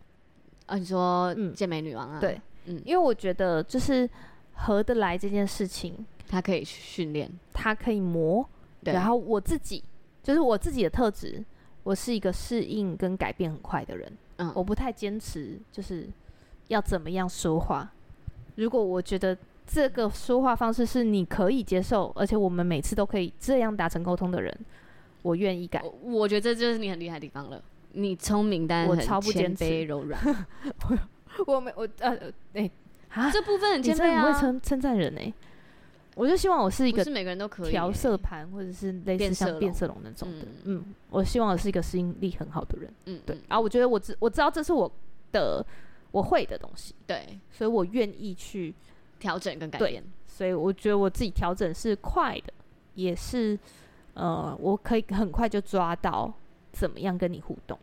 啊，你说嗯健美女王啊？对，嗯因为我觉得就是合得来这件事情，她可以训练。它可以磨。对然后我自己就是我自己的特质，我是一个适应跟改变很快的人，嗯，我不太坚持就是要怎么样说话。如果我觉得这个说话方式是你可以接受，而且我们每次都可以这样达成沟通的人，我愿意改。我我觉得这就是你很厉害的地方了。你聪明，但我很超不谦坚持卑柔软， 我没我呃哎啊，这部分很你谦真的卑很会啊。称称赞人哎、我就希望我是一不个是每个人都可以调欸色盘或者是类似变色像龙变色龙那种的嗯，嗯，我希望我是一个适应力很好的人，嗯，对嗯，啊，我觉得我知我知道这是我的我会的东西，对，所以我愿意去，调整跟改对变。所以我觉得我自己调整是快的，也是呃，我可以很快就抓到怎么样跟你互动，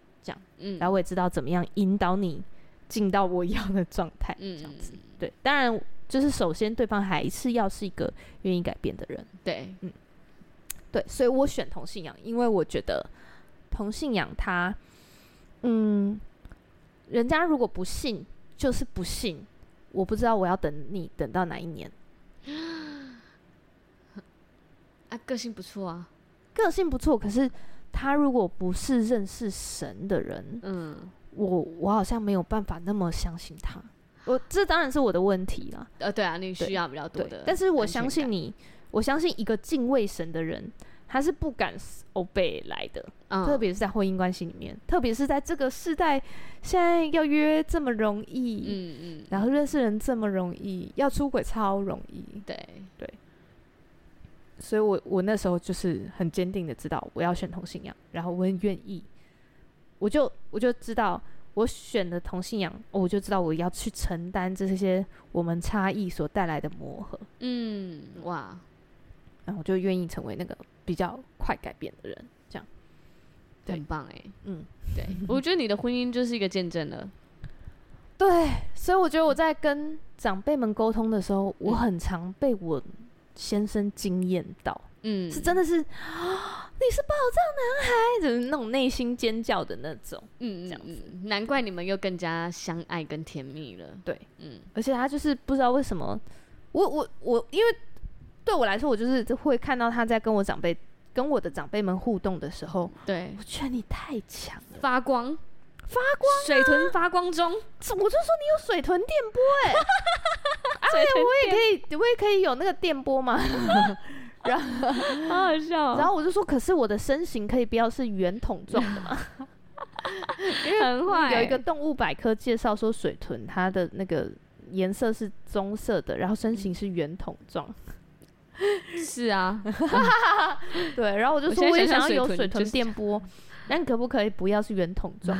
嗯，然后我也知道怎么样引导你进到我要的状态，嗯这样子，对，当然就是首先对方还是要是一个愿意改变的人。对，对，所以我选同性仰，因为我觉得同性仰它，嗯，人家如果不信，就是不信。我不知道我要等你等到哪一年，啊，个性不错啊，个性不错，可是他如果不是认识神的人，嗯，我我好像没有办法那么相信他。我这当然是我的问题啦，呃，对啊，你对需要比较多对的，，但是我相你。信你，我相信一个敬畏神的人，他是不敢 s- obey 来的，嗯特别是在婚姻关系里面，特别是在这个世代，现在要约这么容易，嗯嗯，然后认识人这么容易，要出轨超容易，对，所以我我那时候就是很坚定的知道我要选同性仰，然后我很愿意，我就我就知道我选的同性仰，我就知道我要去承担这些我们差异所带来的磨合，嗯，哇，然后我就愿意成为那个比较快改变的人，这样，对很棒哎，嗯，对，我觉得你的婚姻就是一个见证了，对，所以我觉得我在跟长辈们沟通的时候，嗯我很常被我先生惊艳到，嗯，是真的，的是、啊你是宝藏男孩，就是那种内心尖叫的那种。嗯这嗯样子嗯，难怪你们又更加相爱跟甜蜜了，对，嗯而且他就是不知道为什么，我我我，因为对我来说，我就是会看到他在跟我长辈、跟我的长辈们互动的时候，对，我觉得你太强了，发光，发光，啊水豚发光中，这我就说你有水豚电波哎、水豚我也可以，我也可以有那个电波嘛。电好好笑哦，然后我就说，可是我的身形可以不要是圆筒状的嘛？很坏，有一个动物百科介绍说，水豚它的那个颜色是棕色的，然后身形是圆筒状。是啊， 对，然后我就我说现在我也想想要想有水水豚就豚是电波，那你可不可以不要是圆筒 状？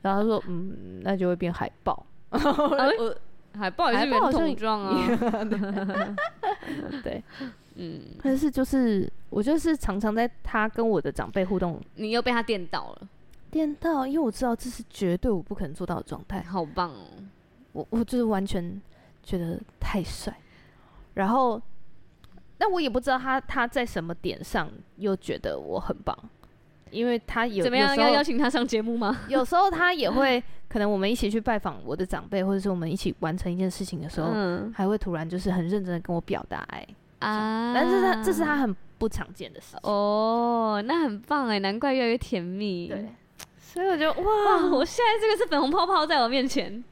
然后他说嗯，那就会变海豹。我海报也海是报圆好像筒状啊， 对，嗯， 但是就是我就是常常在他跟我的长辈互动你又被他电到了，电到，因为我知道这是绝对我不可能做到的状态，好棒哦，我我就是完全觉得太帅，然后。但我也不知道他他在什么点上又觉得我很棒，因为他有怎么有样？时要候邀请他上节目吗？有时候他也会，可能我们一起去拜访我的长辈，或者是我们一起完成一件事情的时候，嗯还会突然就是很认真的跟我表达爱，啊但是他这是他很不常见的事情。哦，那很棒哎，难怪越来越甜蜜。对，所以我觉得哇，哇，我现在这个是粉红泡泡在我面前。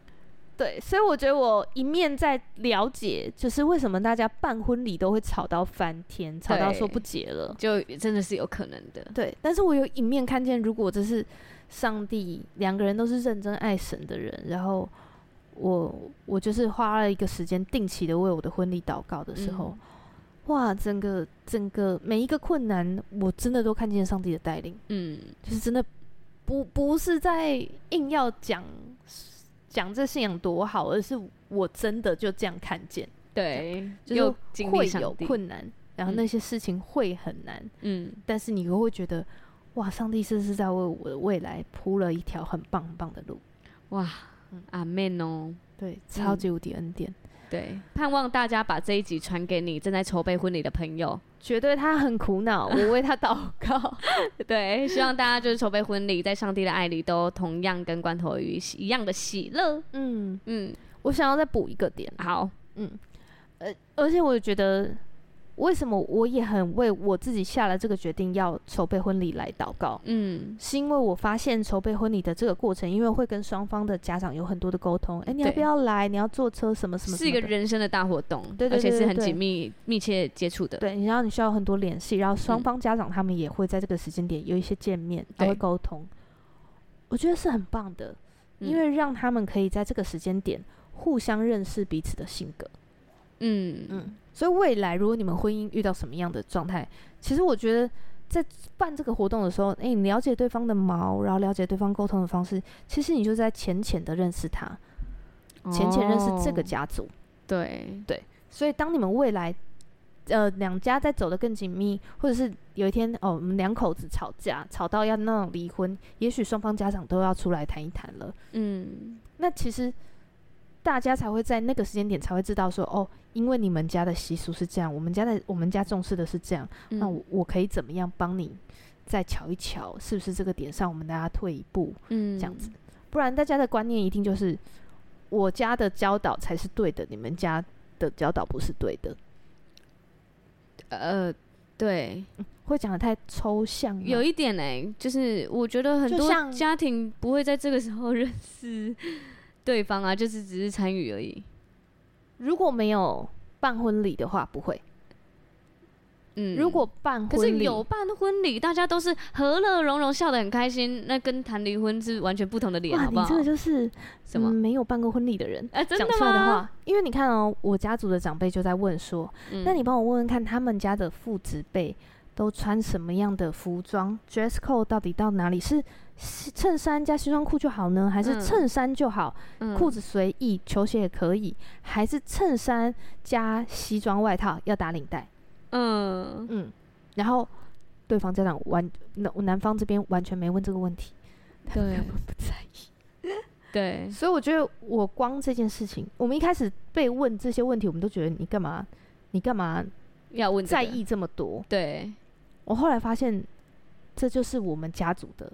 对，所以我觉得我一面在了解，就是为什么大家办婚礼都会吵到翻天，吵到说对不结了。就真的是有可能的，对，但是我有一面看见，如果这是上帝，两个人都是认真爱神的人，然后我我就是花了一个时间定期的为我的婚礼祷告的时候，哇，整个整个每一个困难，我真的都看见上帝的带领，嗯，就是真的不不是在硬要讲讲这信仰多好，而是我真的就这样看见，对，就是经历会上有帝，困难，然后嗯那些事情会很难。嗯，但是你又会觉得，哇，上帝是是在为我的未来铺了一条很棒很棒的路，哇，嗯阿妹哦，对，超级无敌恩典，对，盼望大家把这一集传给你正在筹备婚礼的朋友，绝对他很苦恼，我为他祷告， 对，希望大家就是筹备婚礼，在上帝的爱里都同样跟罐头鱼一样的喜乐， 嗯，嗯，我想要再补一个点，好，嗯，呃，而且我觉得。为什么我也很为我自己下了这个决定要筹备婚礼来祷告？嗯，是因为我发现筹备婚礼的这个过程，因为会跟双方的家长有很多的沟通，哎、你要对不要来？你要坐车什么什么什是么一个的人生的大活动，对对而且对是对很对紧密、密切接触的，对，然后你需要很多联系，然后双嗯方家长他们也会在这个时间点有一些见面，还会对沟通。我觉得是很棒的，因嗯为让他们可以在这个时间点互相认识彼此的性格。嗯嗯，所以未来如果你们婚姻遇到什么样的状态，其实我觉得在办这个活动的时候，哎、你了解对方的毛，然后了解对方沟通的方式，其实你就在浅浅的认识他，浅浅认识这个哦家族。对，所以，当你们未来，呃，两家在走得更紧密，或者是有一天哦，我们两口子吵架，吵到要闹离婚，也许双方家长都要出来谈一谈了。嗯，那其实大家才会在那个时间点才会知道说，哦，因为你们家的习俗是这样，我们家的我们家重视的是这样，那嗯我我可以怎么样帮你再瞧一瞧，是不是这个点上我们大家退一步，嗯这样子，不然大家的观念一定就是我家的教导才是对的，你们家的教导不是对的。呃，对，会讲的太抽象吗，有一点哎、就是我觉得很就多像家庭不会在这个时候 认识对方啊，就是只是参与而已。如果没有办婚礼的话不会，嗯，如果办可是婚礼有办婚礼，大家都是和乐融融，笑得很开心，那跟谈离婚是完全不同的脸，哇，好你不好？这个就是什么嗯？没有办过婚礼的人哎、真讲的出来的吗？话，因为你看哦，我家族的长辈就在问说，嗯那你帮我问问看，他们家的父子辈都穿什么样的服装？dress code 到底到哪里？是是衬衫加西装裤就好呢，还嗯是衬衫就好，嗯裤子随意，球鞋也可以，还是衬衫加西装外套要打领带？ 嗯，嗯，然后对方家长完南南方这边完全没问这个问题，对根本不在意。对，所以我觉得我光这件事情，我们一开始被问这些问题，我们都觉得你干嘛，你干嘛要问、在，意这么多？对，我后来发现，这就是我们家族的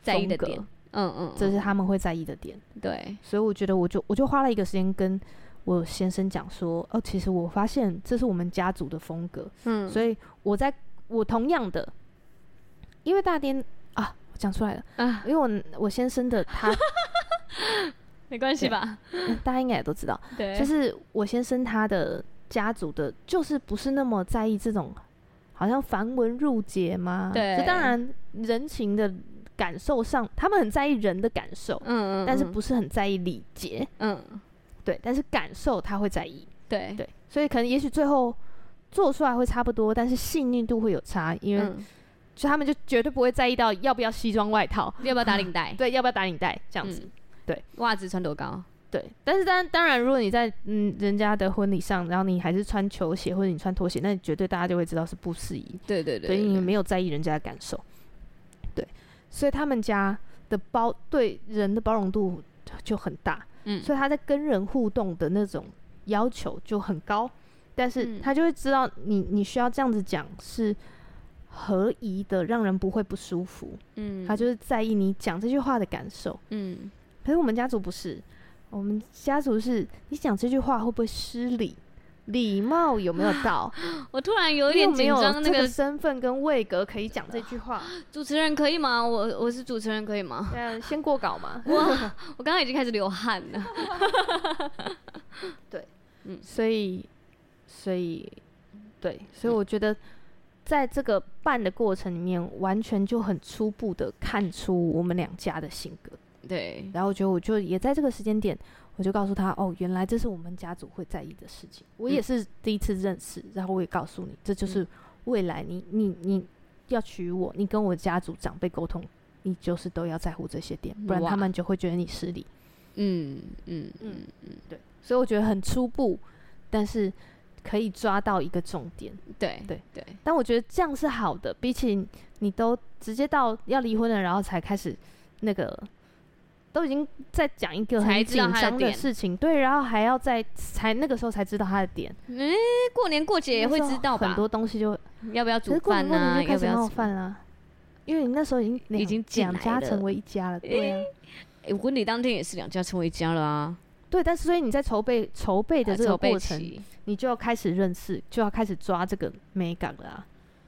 在意的风格点，嗯嗯，这是他们会在意的点。嗯对，所以我觉得，我就我就花了一个时间跟我先生讲说，哦，其实我发现这是我们家族的风格，嗯，所以我在我同样的，因为大颠啊，我讲出来了，啊，因为我我先生的他，没关系对吧？大家应该也都知道，对，就是我先生他的家族的，就是不是那么在意这种，好像繁文缛节嘛。对这当然人情的感受上，他们很在意人的感受，嗯嗯，但是嗯不是很在意礼节。嗯，对，但是感受他会在意。对，对，所以可能也许最后做出来会差不多，但是细腻度会有差，因为嗯，就他们就绝对不会在意到要不要西装外套，要不要打领 带？对，要不要打领带这样子。嗯，对，袜子穿多高？对，但是当然当然，如果你在嗯人家的婚礼上，然后你还是穿球鞋或者你穿拖鞋，那绝对大家就会知道是不适宜，对对所以你没有在意人家的感受。对，所以他们家的包对人的包容度就很大，嗯所以他在跟人互动的那种要求就很高，但是嗯他就会知道你你需要这样子讲是合宜的，让人不会不舒服。嗯，他就是在意你讲这句话的感受。嗯，可是我们家族不是，我们家族是你讲这句话会不会失礼，礼貌有没有到，我突然 有有一点没紧有张，那这个个身份跟位格可以讲这句话？主持人可以吗？我我是主持人可以吗？对啊，先过稿嘛。 哇，我刚刚已经开始流汗了。所以，所以，对，所以我觉得，在这个办的过程里面，完全就很初步的看出我们两家的性格。对，然后我觉得，我就也在这个时间点，我就告诉他，哦，原来这是我们家族会在意的事情。我也嗯是第一次认识，然后我也告诉你，这就是未来你你你要娶我，你跟我家族长辈沟通，你就是都要在乎这些点，不然哇他们就会觉得你失礼。嗯嗯嗯嗯，对，所以我觉得很初步，但是可以抓到一个重点。对对对，但我觉得这样是好的，比起你都直接到要离婚了，然后才开始那个，都已经在讲一个才很知紧道他的张的点事情，对，然后还要在才那个时候才知道他的点，嗯，过年过节也会知道那时候吧很？多东西就，要不要可煮是过饭年过啊？年就要开不始要闹煮翻了，因为你那时候已经两已经进两来家了成为一家了， 对啊。哎，婚礼当天也是两家成为一家了啊，对，但是所以你在筹备筹备的这个呃筹备过程，期你就要开始认识，就要开始抓这个美感了、啊。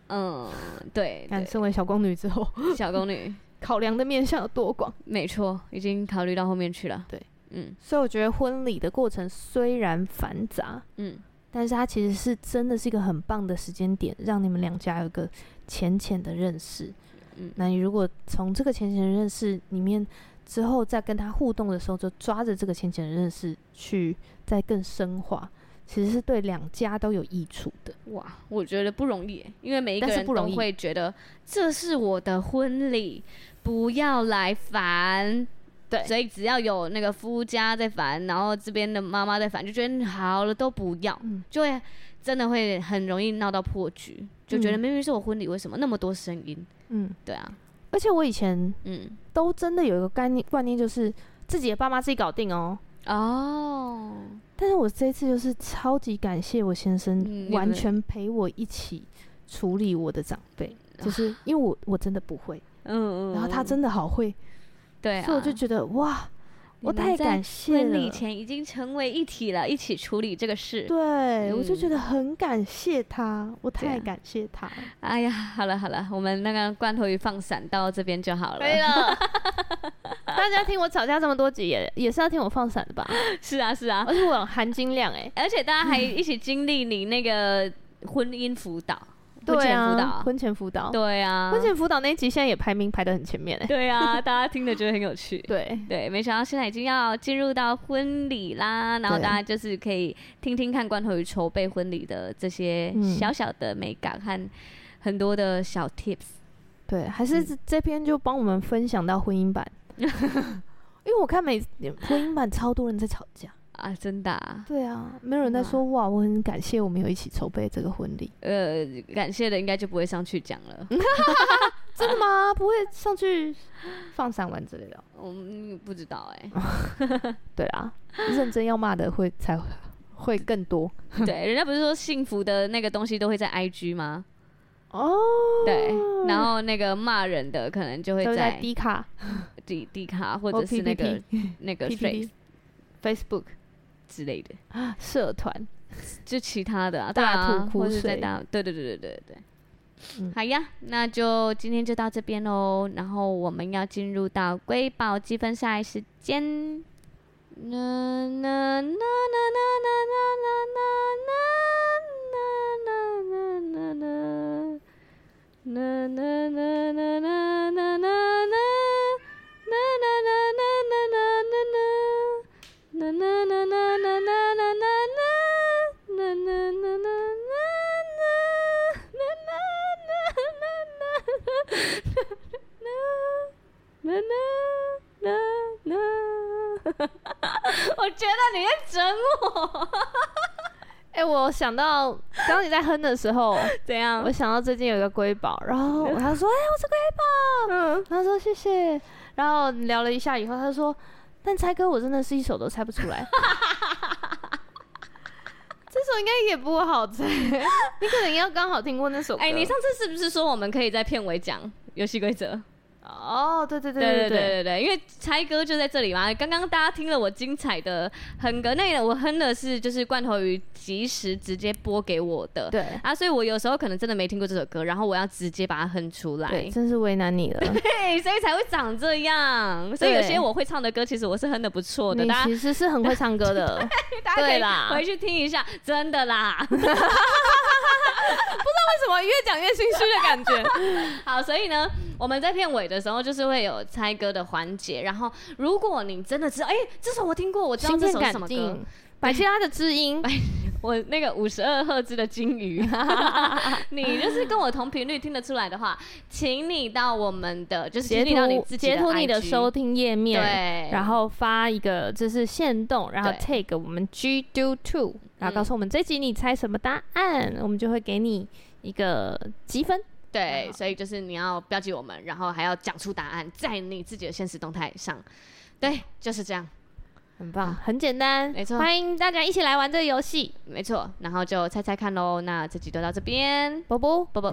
嗯，对，看，身为小宫女之后， 对小宫女，考量的面向有多广。没错，已经考虑到后面去了。对，嗯所以我觉得婚礼的过程虽然繁杂，嗯，但是它其实是真的是一个很棒的时间点，让你们两家有一个浅浅的认识。嗯那你如果从这个浅浅的认识里面之后，再跟他互动的时候，就抓着这个浅浅的认识去再更深化，其实是对两家都有益处的。哇，我觉得不容易耶，因为每一个但是人不容都易会觉得这是我的婚礼，不要来烦。对所以只要有那个夫家在烦，然后这边的妈妈在烦，就觉得嗯好了都不要，嗯就会真的会很容易闹到破局，就觉得嗯明明是我婚礼，为什么那么多声音？嗯，对啊，而且我以前嗯，都真的有一个概念观念，就是自己的爸妈自己搞定哦。哦，但是我这次就是超级感谢我先嗯生，你完们全陪我一起处理我的长辈，就是因为我我真的不会，嗯嗯，然后他嗯真的好会，对啊，所以我就觉得哇，我你们太在感谢了。婚礼前已经成为一体了，一起处理这个事。对，我就觉嗯得很感谢他，我对太啊感谢他了。哎呀，好了好了，我们那个罐头鱼放闪到这边就好了。了。大家听我吵架这么多集也，也是要听我放闪的吧？ 是啊是啊， 而且我很含金量哎、而且大家还一起经历你那个婚姻辅导、婚对前辅啊，导，婚前辅哦导，对啊，婚前辅导那一集现在也排名排得很前面哎、对啊，大家听着觉得很有趣。对，对，没想到现在已经要进入到婚礼啦，然后对大家就是可以听听看关头鱼筹备婚礼的这些嗯小小的美感和很多的小 tips。对，还是这这篇就帮我们分享到婚 姻版，因为我看每婚姻版超多人在吵架。啊，真的、啊，对啊，没有人在说哇，我很感谢我们有一起筹备这个婚礼。呃，感谢的应该就不会上去讲了，嗯真的吗？不会上去放散文之类的哦。我们不知道哎、对啊， 认真要骂的会才会更多 对，人家不是说幸福的那个东西都会在 IG 吗？哦。对，然后那个骂人的可能就会都在哦在低卡 D D 卡或或者是那个 PPT 那个 Face PPT、Facebook 之类的，啊社团。就其他的啊，大啊吐苦或者在水大，对对对对对对。嗯好呀，那就今天就到这边喽。然后我们要进入到瑰宝积分赛时间。啦啦啦啦啦啦啦啦啦啦啦啦啦啦啦啦啦啦啦啦啦 我觉得你在整我，哎、我想到刚你在哼的时候，怎样我？想到最近有一个瑰宝，然后我他说：“哎、我是瑰宝。”嗯，他说谢谢。然后聊了一下以后，他说：“但猜歌我真的是一首都猜不出来。” 这首应该也不好 猜，你可能要刚好听过那首歌。哎、你上次是不是说我们可以在片尾讲游戏规则？哦，对对对对对对对对对，因为猜歌就在这里嘛。刚刚大家听了我精彩的哼歌，那个我哼的是就是罐头鱼及时直接播给我的。对啊，所以我有时候可能真的没听过这首歌，然后我要直接把它哼出来，对，真是为难你了。对，所以才会长这样。所以有些我会唱的歌，其实我是哼的不错的，你大家其实是很会唱歌的，大家 可对以啦回去听一下，真的 啦。为什么越讲越心虚的感觉？ 好，所以呢，我们在片尾的时候就是会有猜歌的环节，然后如果你真的知道，哎、这首我听过，我知道心这电首是什感么歌应，，百吉拉的知音，我那个五十二赫兹的金 鱼，你就是跟我同频率听得出来的话，请你到我们的，就是请截你到你图自己截图你的 IG 收听页面，对，然后发一个就是限动，然后对嗯 take 我们 G do two，然后告诉我们这集你猜什么答案，我们就会给你一个积分。对，所以就是你要标记我们，然后还要讲出答案，在你自己的现实动态上。对，就是这样，很棒，很简单，啊没错欢迎大家一起来玩这个游戏，没错。然后就猜猜看喽。那这集就到这边，波波。啵啵。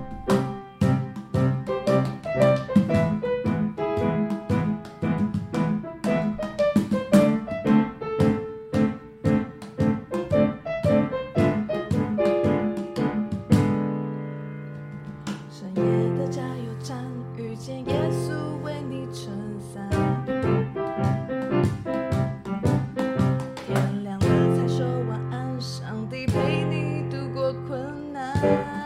深夜的加油站遇见耶稣为你撑伞，天亮了才说晚安，上帝陪你度过困难。